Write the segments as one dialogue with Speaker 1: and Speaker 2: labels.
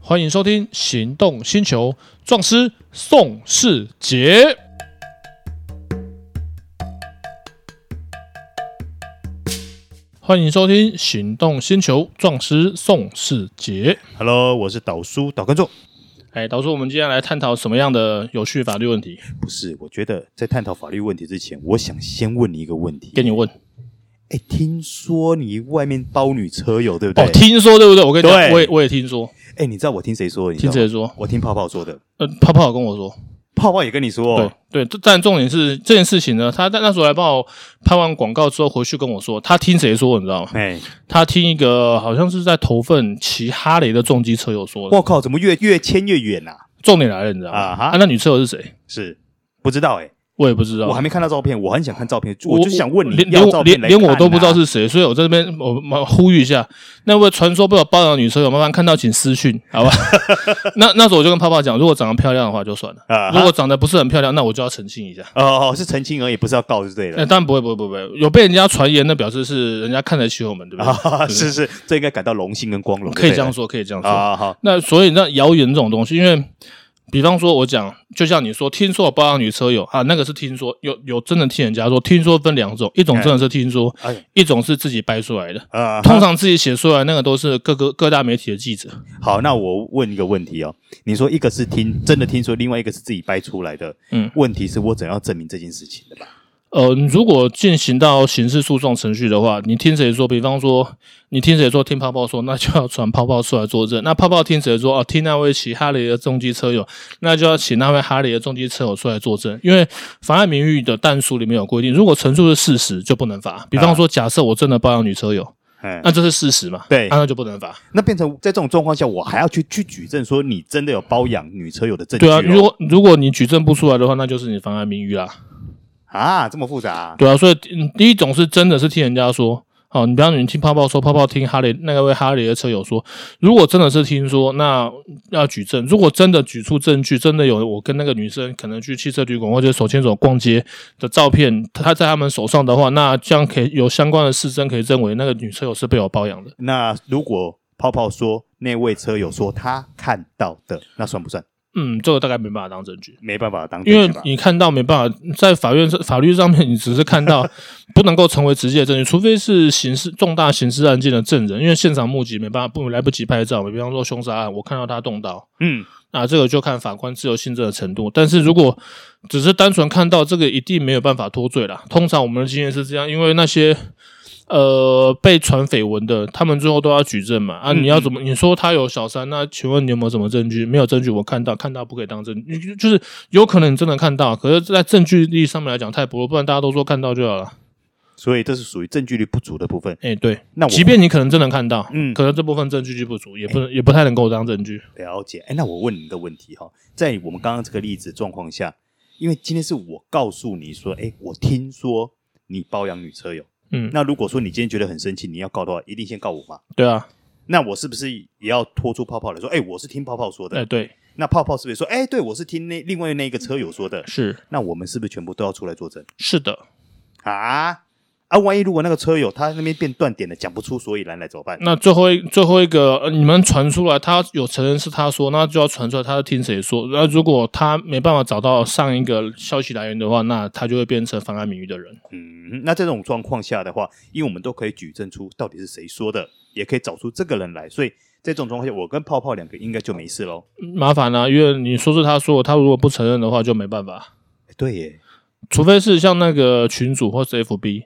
Speaker 1: 欢迎收听《行动星球》，壮师宋世杰。欢迎收听《行动星球》，壮师宋世杰。
Speaker 2: Hello，我是导叔导观众。
Speaker 1: 哎，导叔，我们今天来探讨什么样的有趣法律问题？
Speaker 2: 不是，我觉得在探讨法律问题之前，我想先问你一个问题。
Speaker 1: 给你问
Speaker 2: 哎，听说你外面包女车友，对不对？
Speaker 1: 哦，听说对不对？我跟你讲，
Speaker 2: 对
Speaker 1: 我也我也听说，
Speaker 2: 哎，你知道我听谁说的？你知
Speaker 1: 听
Speaker 2: 道吗
Speaker 1: 谁？说？
Speaker 2: 我听泡泡说的，
Speaker 1: 呃，泡泡有跟我说，
Speaker 2: 泡泡也跟你说哦。
Speaker 1: 对对，但重点是这件事情呢，他在那时候来帮我拍完广告之后回去跟我说，他听谁说，你知道吗？
Speaker 2: 哎，
Speaker 1: 他听一个好像是在投份骑哈雷的重机车友说的。
Speaker 2: 我靠，怎么越越牵越远啊？
Speaker 1: 重点来了，你知道吗？
Speaker 2: 啊哈
Speaker 1: 啊，那女车友是谁？
Speaker 2: 是不知道哎，
Speaker 1: 我也不知道，
Speaker 2: 我还没看到照片，我很想看照片，我就想问你
Speaker 1: 连连
Speaker 2: 要
Speaker 1: 我
Speaker 2: 照
Speaker 1: 连
Speaker 2: 片来看
Speaker 1: 连
Speaker 2: 啊
Speaker 1: 我都不知道。是谁，所以我在这边我我呼吁一下，那位传说被我包养的女车友，麻烦看到请私讯，好 吧？那那时候我就跟泡泡讲，如果长得漂亮的话就算了，
Speaker 2: 啊
Speaker 1: 如
Speaker 2: 哈
Speaker 1: 果长得不是很漂亮，那我就要澄清一下。
Speaker 2: 哦，哦是澄清而已，不是要告就对
Speaker 1: 那、
Speaker 2: 了。
Speaker 1: 当然不会，不会，不会，不会有被人家传言，那表示是人家看得起我们，对不对？
Speaker 2: 啊， 是是，这应该感到荣幸跟光荣。
Speaker 1: 呃可以这样
Speaker 2: 说
Speaker 1: 说，可以这样说。
Speaker 2: 啊，好，
Speaker 1: 那所以那谣言这种东西，因为比方说我讲，就像你说，听说我包养女车友啊，那个是听说，有有真的听人家说，听说分两种，一种真的是听说，
Speaker 2: 哎
Speaker 1: 一种是自己掰出来的。
Speaker 2: 啊，
Speaker 1: 通常自己写出来那个都是各个各大媒体的记者，
Speaker 2: 好，那我问一个问题哦，你说一个是听真的听说，另外一个是自己掰出来的，
Speaker 1: 嗯，
Speaker 2: 问题是我怎样证明这件事情的吧？
Speaker 1: 呃，你如果进行到刑事诉讼程序的话，你听谁说？比方说，你听谁说？听泡泡说，那就要传泡泡出来作证。那泡泡听谁说？哦，听那位骑哈雷的重机车友，那就要请那位哈雷的重机车友出来作证。因为妨碍名誉的但书里面有规定，如果陈述是事实，就不能罚。比方说，假设我真的包养女车友，
Speaker 2: 嗯，
Speaker 1: 那这是事实嘛？
Speaker 2: 啊对
Speaker 1: 啊那就不能罚。
Speaker 2: 那变成在这种状况下，我还要去去举证说你真的有包养女车友的证据、
Speaker 1: 对啊，
Speaker 2: 哦？
Speaker 1: 如果如果你举证不出来的话，那就是你妨碍名誉啦。
Speaker 2: 啊，这么复杂啊、
Speaker 1: 对啊，所以嗯第一种是真的是听人家说，好，你比方说你听泡泡说，泡泡听哈雷那位哈雷的车友说，如果真的是听说，那要举证。如果真的举出证据，真的有我跟那个女生可能去汽车旅馆或者手牵手逛街的照片，她在他们手上的话，那这样可以有相关的事证可以认为那个女车友是被我包养的。
Speaker 2: 那如果泡泡说那位车友说他看到的，那算不算？
Speaker 1: 嗯，这个大概没办法当证据。
Speaker 2: 没办法当
Speaker 1: 因为
Speaker 2: 证据吧？
Speaker 1: 你看到没办法在法院上法律上面，你只是看 到不能够成为直接证据，除非是刑事重大刑事案件的证人，因为现场目击没办法不来不及拍照。比方说凶杀案，我看到他动刀，
Speaker 2: 嗯，
Speaker 1: 那这个就看法官自由心证的程度。但是如果只是单纯看到这个，一定没有办法脱罪啦。通常我们的经验是这样，因为那些。呃，被传绯闻的，他们最后都要举证嘛啊！
Speaker 2: 嗯
Speaker 1: 你要怎么？你说他有小三，那请问你有没有什么证据？没有证据，我看到看到不可以当证据，就就是有可能你真的看到，可是，在证据力上面来讲太薄弱，不然大家都说看到就好了。
Speaker 2: 所以这是属于证据力不足的部分。
Speaker 1: 哎、对，
Speaker 2: 那我
Speaker 1: 即便你可能真的看到，嗯，
Speaker 2: 嗯
Speaker 1: 可能这部分证据就不足，也不能、也不太能够当证据。
Speaker 2: 了解，哎，那我问你一个问题哈、在我们刚刚这个例子状况下，因为今天是我告诉你说，哎，我听说你包养女车友，
Speaker 1: 嗯
Speaker 2: 那如果说你今天觉得很生气，你要告的话，一定先告我嘛。
Speaker 1: 对啊，
Speaker 2: 那我是不是也要拖出泡泡来说，哎，我是听泡泡说
Speaker 1: 哎、
Speaker 2: 的？
Speaker 1: 对，
Speaker 2: 那泡泡是不是说，哎，对我是听那另外那个车友说的？
Speaker 1: 是
Speaker 2: 那我们是不是全部都要出来作证
Speaker 1: 是的，
Speaker 2: 啊？啊，万一如果那个车友他那边变断点了，讲不出所以然来怎么办？
Speaker 1: 那最后一最后一个，呃你们传出来，他有承认是他说，那就要传出来他是听谁说。那如果他没办法找到上一个消息来源的话，那他就会变成妨碍名誉的人。
Speaker 2: 嗯，那这种状况下的话，因为我们都可以举证出到底是谁说的，也可以找出这个人来，所以在这种状况下，我跟泡泡两个应该就没事喽。
Speaker 1: 嗯麻烦啦、因为你说是他说，他如果不承认的话，就没办法。
Speaker 2: 诶对耶，
Speaker 1: 除非是像那个群主或是 FB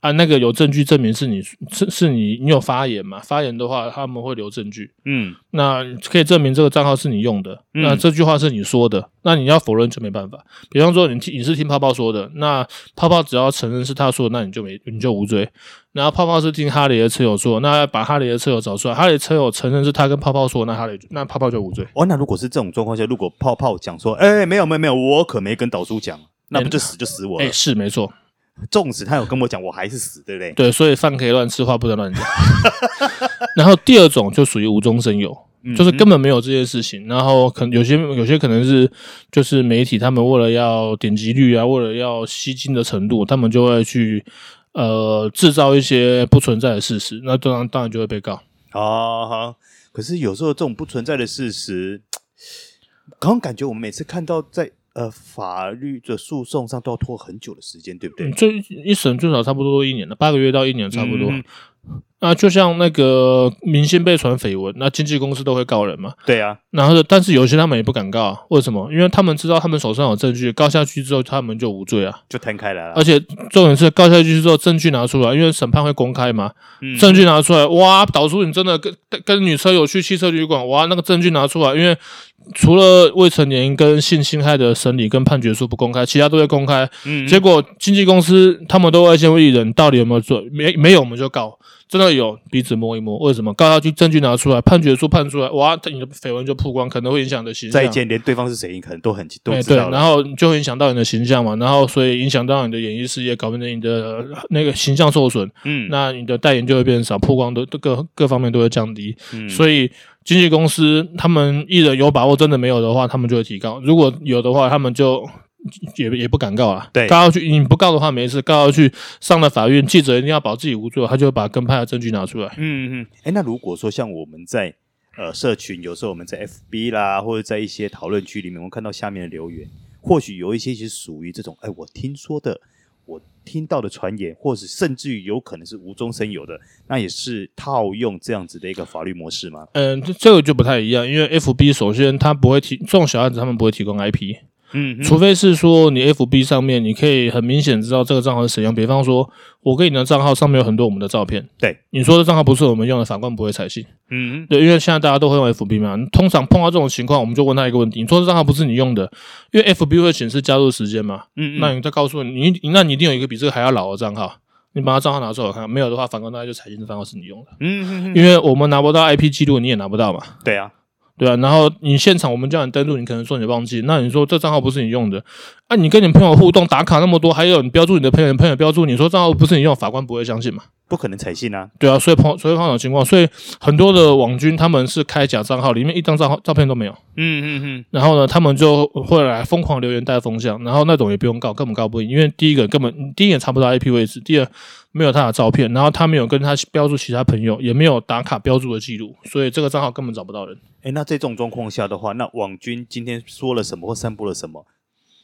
Speaker 1: 啊，那个有证据证明是你是是你你有发言嘛？发言的话，他们会留证据。
Speaker 2: 嗯，
Speaker 1: 那可以证明这个账号是你用的，
Speaker 2: 嗯
Speaker 1: 那这句话是你说的，那你要否认就没办法。比方说你听你是听泡泡说的，那泡泡只要承认是他说的，那你就没你就无罪。然后泡泡是听哈雷的车友说，那把哈雷的车友找出来，哈雷车友承认是他跟泡泡说，那哈雷那泡泡就无罪。
Speaker 2: 哦，那如果是这种状况下，如果泡泡讲说，哎、没有没有没有，我可没跟导叔讲，那不就死就死我
Speaker 1: 哎、
Speaker 2: 了？
Speaker 1: 是没错，
Speaker 2: 纵使他有跟我讲，我还是死，对不对？
Speaker 1: 对，所以饭可以乱吃，话不能乱讲。 然后第二种就属于无中生有，
Speaker 2: 嗯
Speaker 1: 就是根本没有这件事情。然后可能有些有些可能是就是媒体他们为了要点击率啊，为了要吸金的程度，他们就会去呃制造一些不存在的事实，那当然当然就会被告。
Speaker 2: 啊、好可是有时候这种不存在的事实，好像感觉我们每次看到在呃法律的诉讼上都要拖很久的时间，对不对？
Speaker 1: 最一审最少差不多一年了，八个月到一年嗯差不多。
Speaker 2: 嗯
Speaker 1: 那就像那个明星被传绯闻，那经纪公司都会告人嘛。
Speaker 2: 对啊，
Speaker 1: 然后，但是有些他们也不敢告、啊，为什么？因为他们知道他们手上有证据，告下去之后他们就无罪啊。
Speaker 2: 就摊开来了
Speaker 1: 而。且重点是告下去之后证据拿出来，因为审判会公开嘛，
Speaker 2: 嗯
Speaker 1: 证据拿出来，哇，导出你真的跟跟女车友去汽车旅馆，哇，那个证据拿出来，因为除了未成年跟性侵害的审理跟判决书不公开，其他都会公开。
Speaker 2: 嗯
Speaker 1: 结果经纪公司他们都会先问艺人到底有没有做，没没有我们就告，真的有鼻子摸一摸，为什么告下去证据拿出来，判决书判出来，哇，你的绯闻就曝光，可能会影响你的形象
Speaker 2: 再。见，连对方是谁，你可能都很都
Speaker 1: 哎
Speaker 2: 知
Speaker 1: 对，
Speaker 2: 道了。
Speaker 1: 然后就会影响到你的形象嘛，然后所以影响到你的演艺事业，搞不成你的呃那个形象受损，
Speaker 2: 嗯，
Speaker 1: 那你的代言就会变少，曝光的各各方面都会降低。
Speaker 2: 嗯
Speaker 1: 所以经纪公司他们艺人有把握，真的没有的话，他们就会提高；如果有的话，他们就也也不敢告了。啊
Speaker 2: 对
Speaker 1: 告下去你不告的话没事，告下去上了法院，记者一定要保自己无罪，他就会把跟拍的证据拿出来。
Speaker 2: 嗯嗯，哎，那如果说像我们在呃社群，有时候我们在 FB 啦，或者在一些讨论区里面，我们看到下面的留言，或许有一些是属于这种，哎，我听说的，我听到的传言，或是甚至于有可能是无中生有的，那也是套用这样子的一个法律模式吗？
Speaker 1: 嗯，这这个就不太一样，因为 FB 首先他不会提这种小案子，他们不会提供 IP。
Speaker 2: 嗯
Speaker 1: 除非是说你 FB 上面你可以很明显知道这个账号是谁用，比方说我跟你的账号上面有很多我们的照片，
Speaker 2: 对，
Speaker 1: 你说的账号不是我们用的，法官不会采信，
Speaker 2: 嗯
Speaker 1: 对，因为现在大家都会用 FB 嘛，通常碰到这种情况，我们就问他一个问题，你说这账号不是你用的，因为 FB 会显示加入时间嘛，
Speaker 2: 嗯
Speaker 1: 那你再告诉你，你那你一定有一个比这个还要老的账号，你把他账号拿出来我看，没有的话，法官大概就采信这账号是你用的，
Speaker 2: 嗯
Speaker 1: 因为我们拿不到 IP 记录，你也拿不到嘛，
Speaker 2: 对啊，
Speaker 1: 对啊，然后你现场我们叫你登录，你可能说你忘记，那你说这账号不是你用的，啊，你跟你朋友互动打卡那么多，还有你标注你的朋友，你朋友标注你说账号不是你用，法官不会相信嘛？
Speaker 2: 不可能采信啊，
Speaker 1: 对啊，所以碰所以碰到这种情况，所以很多的网军他们是开假账号，里面一张账号照片都没有，
Speaker 2: 嗯嗯
Speaker 1: 然后呢，他们就会来疯狂留言带风向，然后那种也不用告，根本告不赢，因为第一个根本第一个查不到 IP 位置，第二没有他的照片，然后他没有跟他标注其他朋友，也没有打卡标注的记录，所以这个账号根本找不到人。
Speaker 2: 哎，那在这种状况下的话，那网军今天说了什么或散布了什么，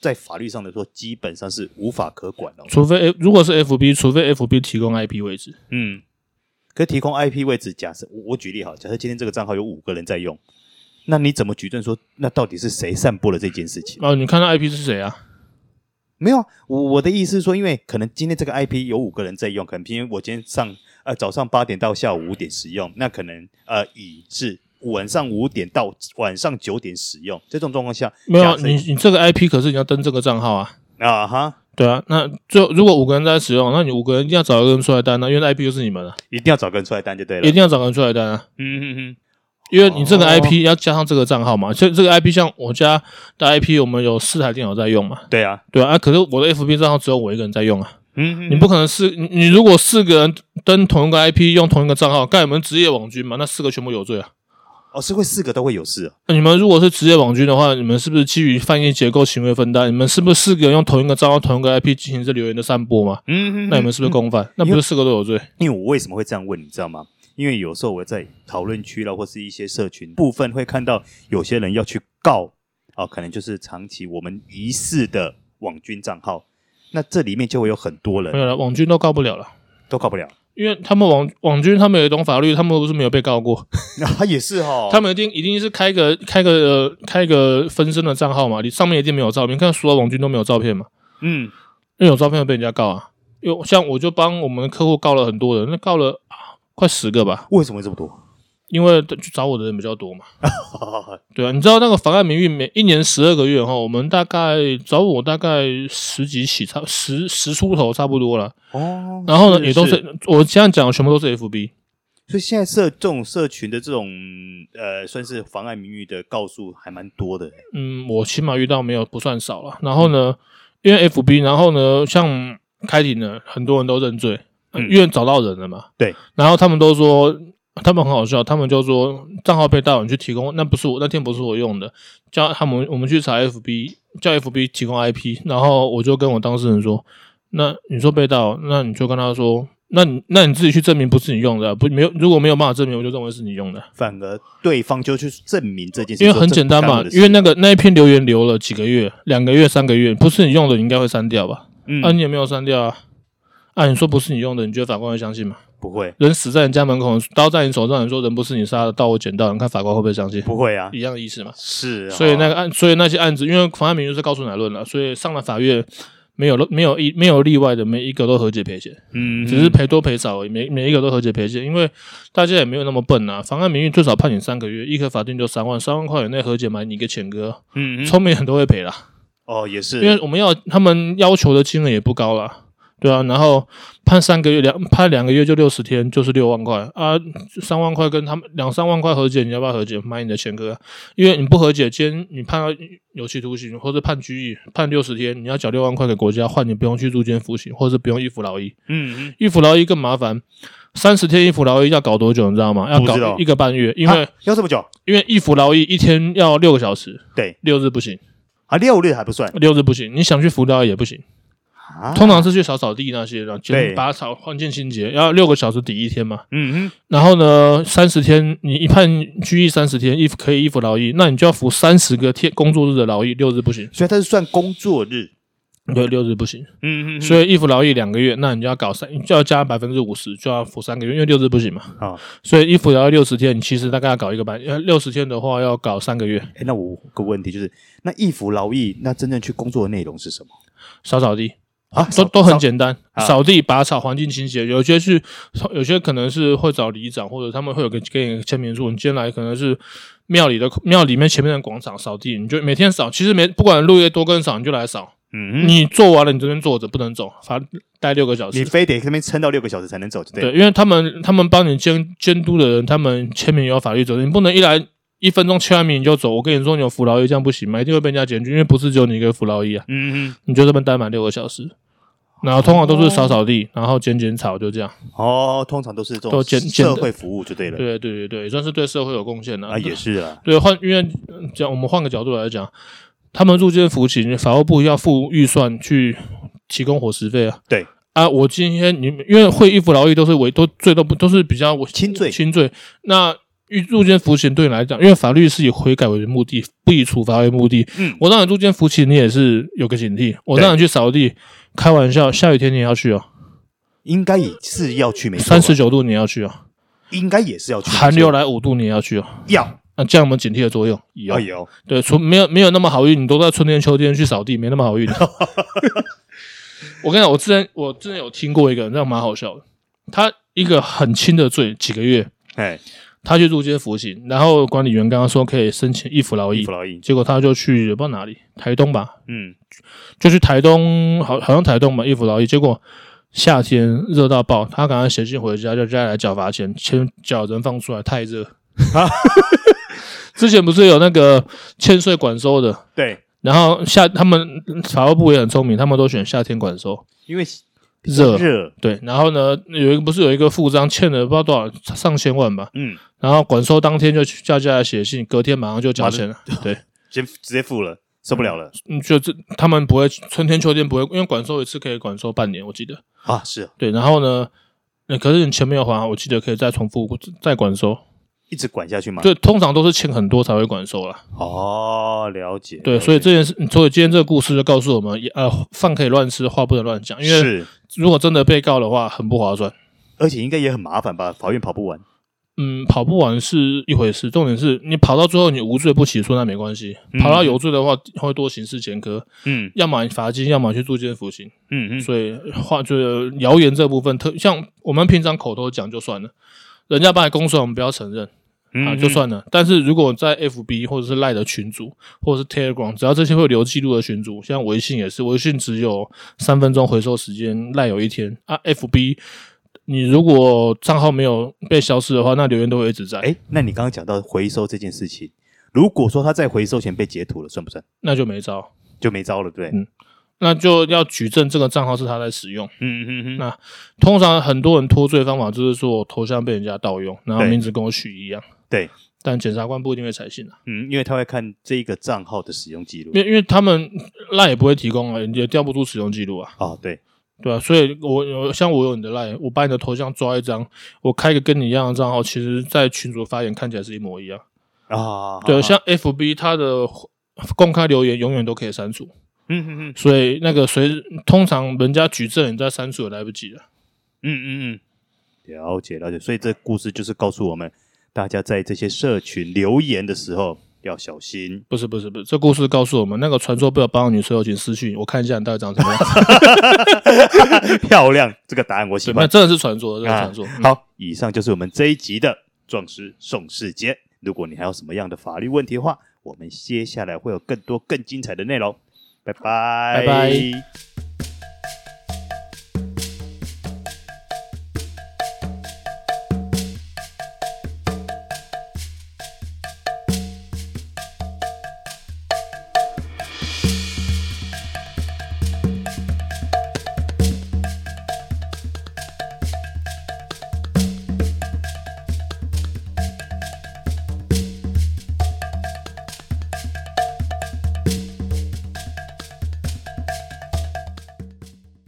Speaker 2: 在法律上来说，基本上是无法可管哦。
Speaker 1: 除非 F 如果是 FB，除非 FB 提供 IP 位置，
Speaker 2: 嗯，可提供 IP 位置，假设我我举例哈，假设今天这个账号有五个人在用，那你怎么举证说那到底是谁散播了这件事情？
Speaker 1: 哦，你看到 IP 是谁啊？
Speaker 2: 没有啊，我我的意思是说，因为可能今天这个 IP 有五个人在用，可能今天我今天上呃早上八点到下午五点使用，那可能呃乙是晚上五点到晚上九点使用，这种状况下
Speaker 1: 没有啊，
Speaker 2: 假设
Speaker 1: 你你这个 IP 可是你要登这个账号啊，
Speaker 2: 啊哈，
Speaker 1: 对啊。那就如果五个人在使用，那你五个人一定要找一个人出来单啊，因为 IP 就是你们啊，
Speaker 2: 一定要找个人出来单就对了
Speaker 1: 一。定要找个人出来单啊，
Speaker 2: 嗯嗯
Speaker 1: 因为你这个
Speaker 2: 哦
Speaker 1: IP 要加上这个账号嘛。所以这个 IP 像我家的 IP，我们有四台电脑在用嘛
Speaker 2: 嗯，，对啊，
Speaker 1: 对啊。啊可是我的 FB 账号只有我一个人在用啊，
Speaker 2: 嗯
Speaker 1: 你不可能四你你如果四个人登同一个 IP 用同一个账号，干你们职业网军嘛，那四个全部有罪啊。
Speaker 2: 哦是会四个都会有事哦、
Speaker 1: 那你们如果是职业网军的话，你们是不是基于犯罪结构行为分担？你们是不是四个人用同一个账号、同一个 IP 进行这留言的散播嘛？
Speaker 2: 嗯
Speaker 1: 那你们是不是共犯？那不是四个都有罪？
Speaker 2: 因为我为什么会这样问，你知道吗？因为有时候我在讨论区啦，或是一些社群部分，会看到有些人要去告啊，可能就是长期我们疑似的网军账号，那这里面就会有很多
Speaker 1: 没
Speaker 2: 人
Speaker 1: 有了，网军都告不了了，
Speaker 2: 都告不了。
Speaker 1: 因为他们网网军他们也懂法律，他们不是没有被告过，
Speaker 2: 那、啊、也是哦，
Speaker 1: 他们一定一定是开个开个、呃、开个分身的账号嘛，你上面一定没有照片，看所有网军都没有照片嘛，
Speaker 2: 嗯
Speaker 1: 因为有照片会被人家告啊。有像我就帮我们的客户告了很多人，那告了、啊快十个吧，
Speaker 2: 为什么会这么多？
Speaker 1: 因为去找我的人比较多嘛。对啊，你知道那个妨碍名誉每一年十二个月哈，我们大概找我大概十几起，差十十出头差不多了。
Speaker 2: 哦，
Speaker 1: 然后呢，也都
Speaker 2: 是，
Speaker 1: 是我这样讲，全部都是 FB。
Speaker 2: 所以现在社这种社群的这种呃，算是妨碍名誉的告诉还蛮多的。
Speaker 1: 嗯，我起码遇到没有不算少了。然后呢，因为 FB，然后呢，像开庭呢，很多人都认罪，呃
Speaker 2: 嗯
Speaker 1: 因为找到人了嘛。
Speaker 2: 对。
Speaker 1: 然后他们都说，他们很好笑，他们就说账号被盗，你去提供，那不是我那天不是我用的，叫他们我们去查 FB，叫 FB 提供 IP，然后我就跟我当事人说，那你说被盗，那你就跟他说。那你那你自己去证明不是你用的，不没有如果没有办法证明，我就认为是你用的，
Speaker 2: 反而对方就去证明这件事，
Speaker 1: 因为
Speaker 2: 说
Speaker 1: 很
Speaker 2: 这
Speaker 1: 简单
Speaker 2: 不干
Speaker 1: 嘛
Speaker 2: 我的，事
Speaker 1: 因为那个那一篇留言留了几个月，两个月、三个月，不是你用的，你应该会删掉吧？啊，
Speaker 2: 嗯
Speaker 1: 你也没有删掉啊，啊，你说不是你用的，你觉得法官会相信吗？
Speaker 2: 不会
Speaker 1: 人死在你家门口，刀在你手上，你说人不是你杀的，刀我捡到，你看法官会不会相信？
Speaker 2: 不会啊，
Speaker 1: 一样的意思嘛。
Speaker 2: 是哦，
Speaker 1: 所以那个案，所以那些案子，因为妨碍名誉是告诉乃论了，所以上了法院，没有没有一没有例外的，每一个都和解赔钱，
Speaker 2: 嗯
Speaker 1: 只是赔多赔少而已，每每一个都和解赔钱，因为大家也没有那么笨啊。妨碍名誉最少判你三个月，一颗法定就三万，三万块以内和解买你一个前科，
Speaker 2: 嗯嗯
Speaker 1: 聪明人都会赔啦，
Speaker 2: 哦也
Speaker 1: 因为
Speaker 2: 是，
Speaker 1: 我们要他们要求的金额也不高啦。对啊，然后判三个月，两判两个月就六十天，就是六万块啊，三万块跟他们两三万块和解，你要不要和解？买你的前科啊，因为你不和解，今天你判到有期徒刑或者判拘役，判六十天，你要缴六万块给国家，换你不用去入监服刑，或者是不用易服劳役。
Speaker 2: 嗯嗯，
Speaker 1: 易服劳役更麻烦，三十天易服劳役要搞多久，你知道吗？要
Speaker 2: 不知道
Speaker 1: 搞一个半月，因为、
Speaker 2: 啊要这么久
Speaker 1: 因为易服劳役一天要六个小时，
Speaker 2: 对，
Speaker 1: 六日不行，
Speaker 2: 啊，六日还不算
Speaker 1: 六日不行，你想去服劳役也不行。
Speaker 2: 啊，
Speaker 1: 通常是去扫扫地那些的，
Speaker 2: 对
Speaker 1: 捡拔草、换件清洁，要六个小时抵一天嘛。
Speaker 2: 嗯嗯，
Speaker 1: 然后呢，三十天你一判拘役三十天，一可以一服劳役，那你就要服三十个天工作日的劳役，六日不行，
Speaker 2: 所以他是算工作日，
Speaker 1: 对，六日不行。
Speaker 2: 嗯嗯，
Speaker 1: 所
Speaker 2: 以
Speaker 1: 以一服劳役两个月，那你就要搞三，就要加百分之五十，就要服三个月，因为六日不行嘛。
Speaker 2: 啊，
Speaker 1: 所以一服劳役六十天，你其实大概要搞一个半，呃，六十天的话要搞三个月，
Speaker 2: 哎，那我有个问题就是，那易服劳役，那真正去工作的内容是什么
Speaker 1: 扫扫地。
Speaker 2: 啊？
Speaker 1: 都
Speaker 2: 扫
Speaker 1: 都很
Speaker 2: 扫
Speaker 1: 简单，
Speaker 2: 啊
Speaker 1: 扫地、拔草、环境清洁，有些是，有些可能是会找里长，或者他们会有个给你个签名书，你今天来可能是庙里的庙里面前面的广场扫地，你就每天扫，其实没不管路越多跟少，你就来扫，
Speaker 2: 嗯嗯，
Speaker 1: 你做完了你这边坐着不能走，罚待六个小时。
Speaker 2: 你非得那边撑到六个小时才能走，对
Speaker 1: 对，因为他们他们帮你监监督的人，他们签名有法律责任，你不能一来一分钟签完名你就走。我跟你说，你有服劳役这样不行嘛，一定会被人家检举，因为不是只有你一个服劳役啊。
Speaker 2: 嗯哦嗯，
Speaker 1: 你就这边待满六个小时，然后通常都是扫扫地，然后剪剪草，就这样。
Speaker 2: 哦，通常都是这种
Speaker 1: 都简简
Speaker 2: 社
Speaker 1: 单
Speaker 2: 会服务就对了，
Speaker 1: 对对对对，也算是对社会有贡献的
Speaker 2: 啊，也。是啊，
Speaker 1: 对，换因为嗯讲我们换个角度来讲，他们入监服刑，法务部要付预算去提供伙食费啊。
Speaker 2: 对
Speaker 1: 啊，我今天你因为会衣服劳役都是违都罪都不都是比较违
Speaker 2: 轻罪
Speaker 1: 轻罪。那入入监服刑对你来讲，因为法律是以悔改为目的，不以处罚为目的。
Speaker 2: 嗯
Speaker 1: 我让你入监服刑，你也是有个警惕。我
Speaker 2: 对
Speaker 1: 让你去扫地，开玩笑，下雨天你也要去哦。
Speaker 2: 应该也是要去，没错吧，
Speaker 1: 三十九度你要去哦，
Speaker 2: 应该也是要去，没错
Speaker 1: 寒流来五度你也要去哦。
Speaker 2: 要
Speaker 1: 那这样我们警惕的作用有
Speaker 2: 要，有，
Speaker 1: 对，春没有没有那么好运，你都在春天秋天去扫地，没那么好 运。 我跟你讲，我之前我之前有听过一个，那蛮好笑的。他一个很轻的罪，几个月，
Speaker 2: 哎，
Speaker 1: 他去入监服刑，然后管理员刚刚说可以申请易服劳
Speaker 2: 易
Speaker 1: 役
Speaker 2: 服，劳役，
Speaker 1: 结果他就去不知道哪里，台东吧，
Speaker 2: 嗯，
Speaker 1: 就去台东，好好像台东吧，易服劳役，结果夏天热到爆，他赶快写信回家，叫家里来缴罚钱，先叫人放出来，太热。
Speaker 2: 啊
Speaker 1: 之前不是有那个欠税管收的，
Speaker 2: 对，
Speaker 1: 然后夏他们法务部也很聪明，他们都选夏天管收，
Speaker 2: 因为
Speaker 1: 热
Speaker 2: 热，
Speaker 1: 对。然后呢，有一个不是有一个富商欠了不知道多少上千万吧，
Speaker 2: 嗯，
Speaker 1: 然后管收当天就去叫家来写信，隔天马上就缴钱了，对。
Speaker 2: 先直接付了，受不了了
Speaker 1: 嗯，就这他们不会春天秋天不会，因为管收一次可以管收半年，我记得。
Speaker 2: 啊，是
Speaker 1: 对，然后呢，呃可是你钱没有还，我记得可以再重复再管收。
Speaker 2: 一直管下去嘛，
Speaker 1: 对，通常都是欠很多才会管收啦。
Speaker 2: 哦，了解，
Speaker 1: 对，
Speaker 2: 了解
Speaker 1: 所以这件事，所以今天这个故事就告诉我们，呃，饭可以乱吃，话不能乱讲，因为
Speaker 2: 是，
Speaker 1: 如果真的被告的话，很不划算。
Speaker 2: 而且应该也很麻烦吧，法院跑不完，
Speaker 1: 嗯，跑不完是一回事，重点是你跑到最后你无罪不起诉那没关系，
Speaker 2: 嗯
Speaker 1: 跑到有罪的话会多刑事前科，
Speaker 2: 嗯
Speaker 1: 要么罚金，要么去住监服刑。
Speaker 2: 嗯嗯，
Speaker 1: 所以话就是谣言这部分，特像我们平常口头讲就算了，人家把你公诉，我们不要承认啊，
Speaker 2: 嗯
Speaker 1: 就算了。但是如果在 FB 或者是赖的群组，或者是 Telegram，只要这些会留记录的群组，像微信也是，微信只有三分钟回收时间，赖有一天啊，FB。你如果账号没有被消失的话，那留言都会一直在，
Speaker 2: 哎，那你刚刚讲到回收这件事情，如果说他在回收前被截图了，算不算？
Speaker 1: 那就没招，
Speaker 2: 就没招了，对不对，
Speaker 1: 嗯那就要举证这个账号是他在使用。
Speaker 2: 嗯嗯
Speaker 1: 那通常很多人脱罪方法就是说我头像被人家盗用，然后
Speaker 2: 对
Speaker 1: 名字跟我取一样。
Speaker 2: 对，
Speaker 1: 但检察官不一定会采信啊，
Speaker 2: 嗯，因为他会看这个账号的使用记录
Speaker 1: 因，为因为他们赖也不会提供啊，也调不出使用记录啊。
Speaker 2: 哦，对，
Speaker 1: 对啊，所以我有像我有你的 line，我把你的头像抓一张，我开一个跟你一样的账号，其实在群主发言看起来是一模一样。
Speaker 2: 啊，
Speaker 1: 对，
Speaker 2: 好
Speaker 1: 像 FB 它的公开留言永远都可以删除，
Speaker 2: 嗯嗯嗯
Speaker 1: 所以那个随通常人家举证，你再删除也来不及了。
Speaker 2: 嗯嗯嗯，了解了解。所以这故事就是告诉我们，大家在这些社群留言的时候要小心。
Speaker 1: 不是不是不是，这故事告诉我们，那个传说不要帮女车友请私讯，我看一下你到底长什么样。
Speaker 2: 漂亮，这个答案我喜
Speaker 1: 对，那
Speaker 2: 欢。
Speaker 1: 真的是传说，真的是传
Speaker 2: 啊
Speaker 1: 说。嗯，
Speaker 2: 好，以上就是我们这一集的《壮士宋世杰》。如果你还有什么样的法律问题的话，我们接下来会有更多更精彩的内容。拜拜，
Speaker 1: 拜拜。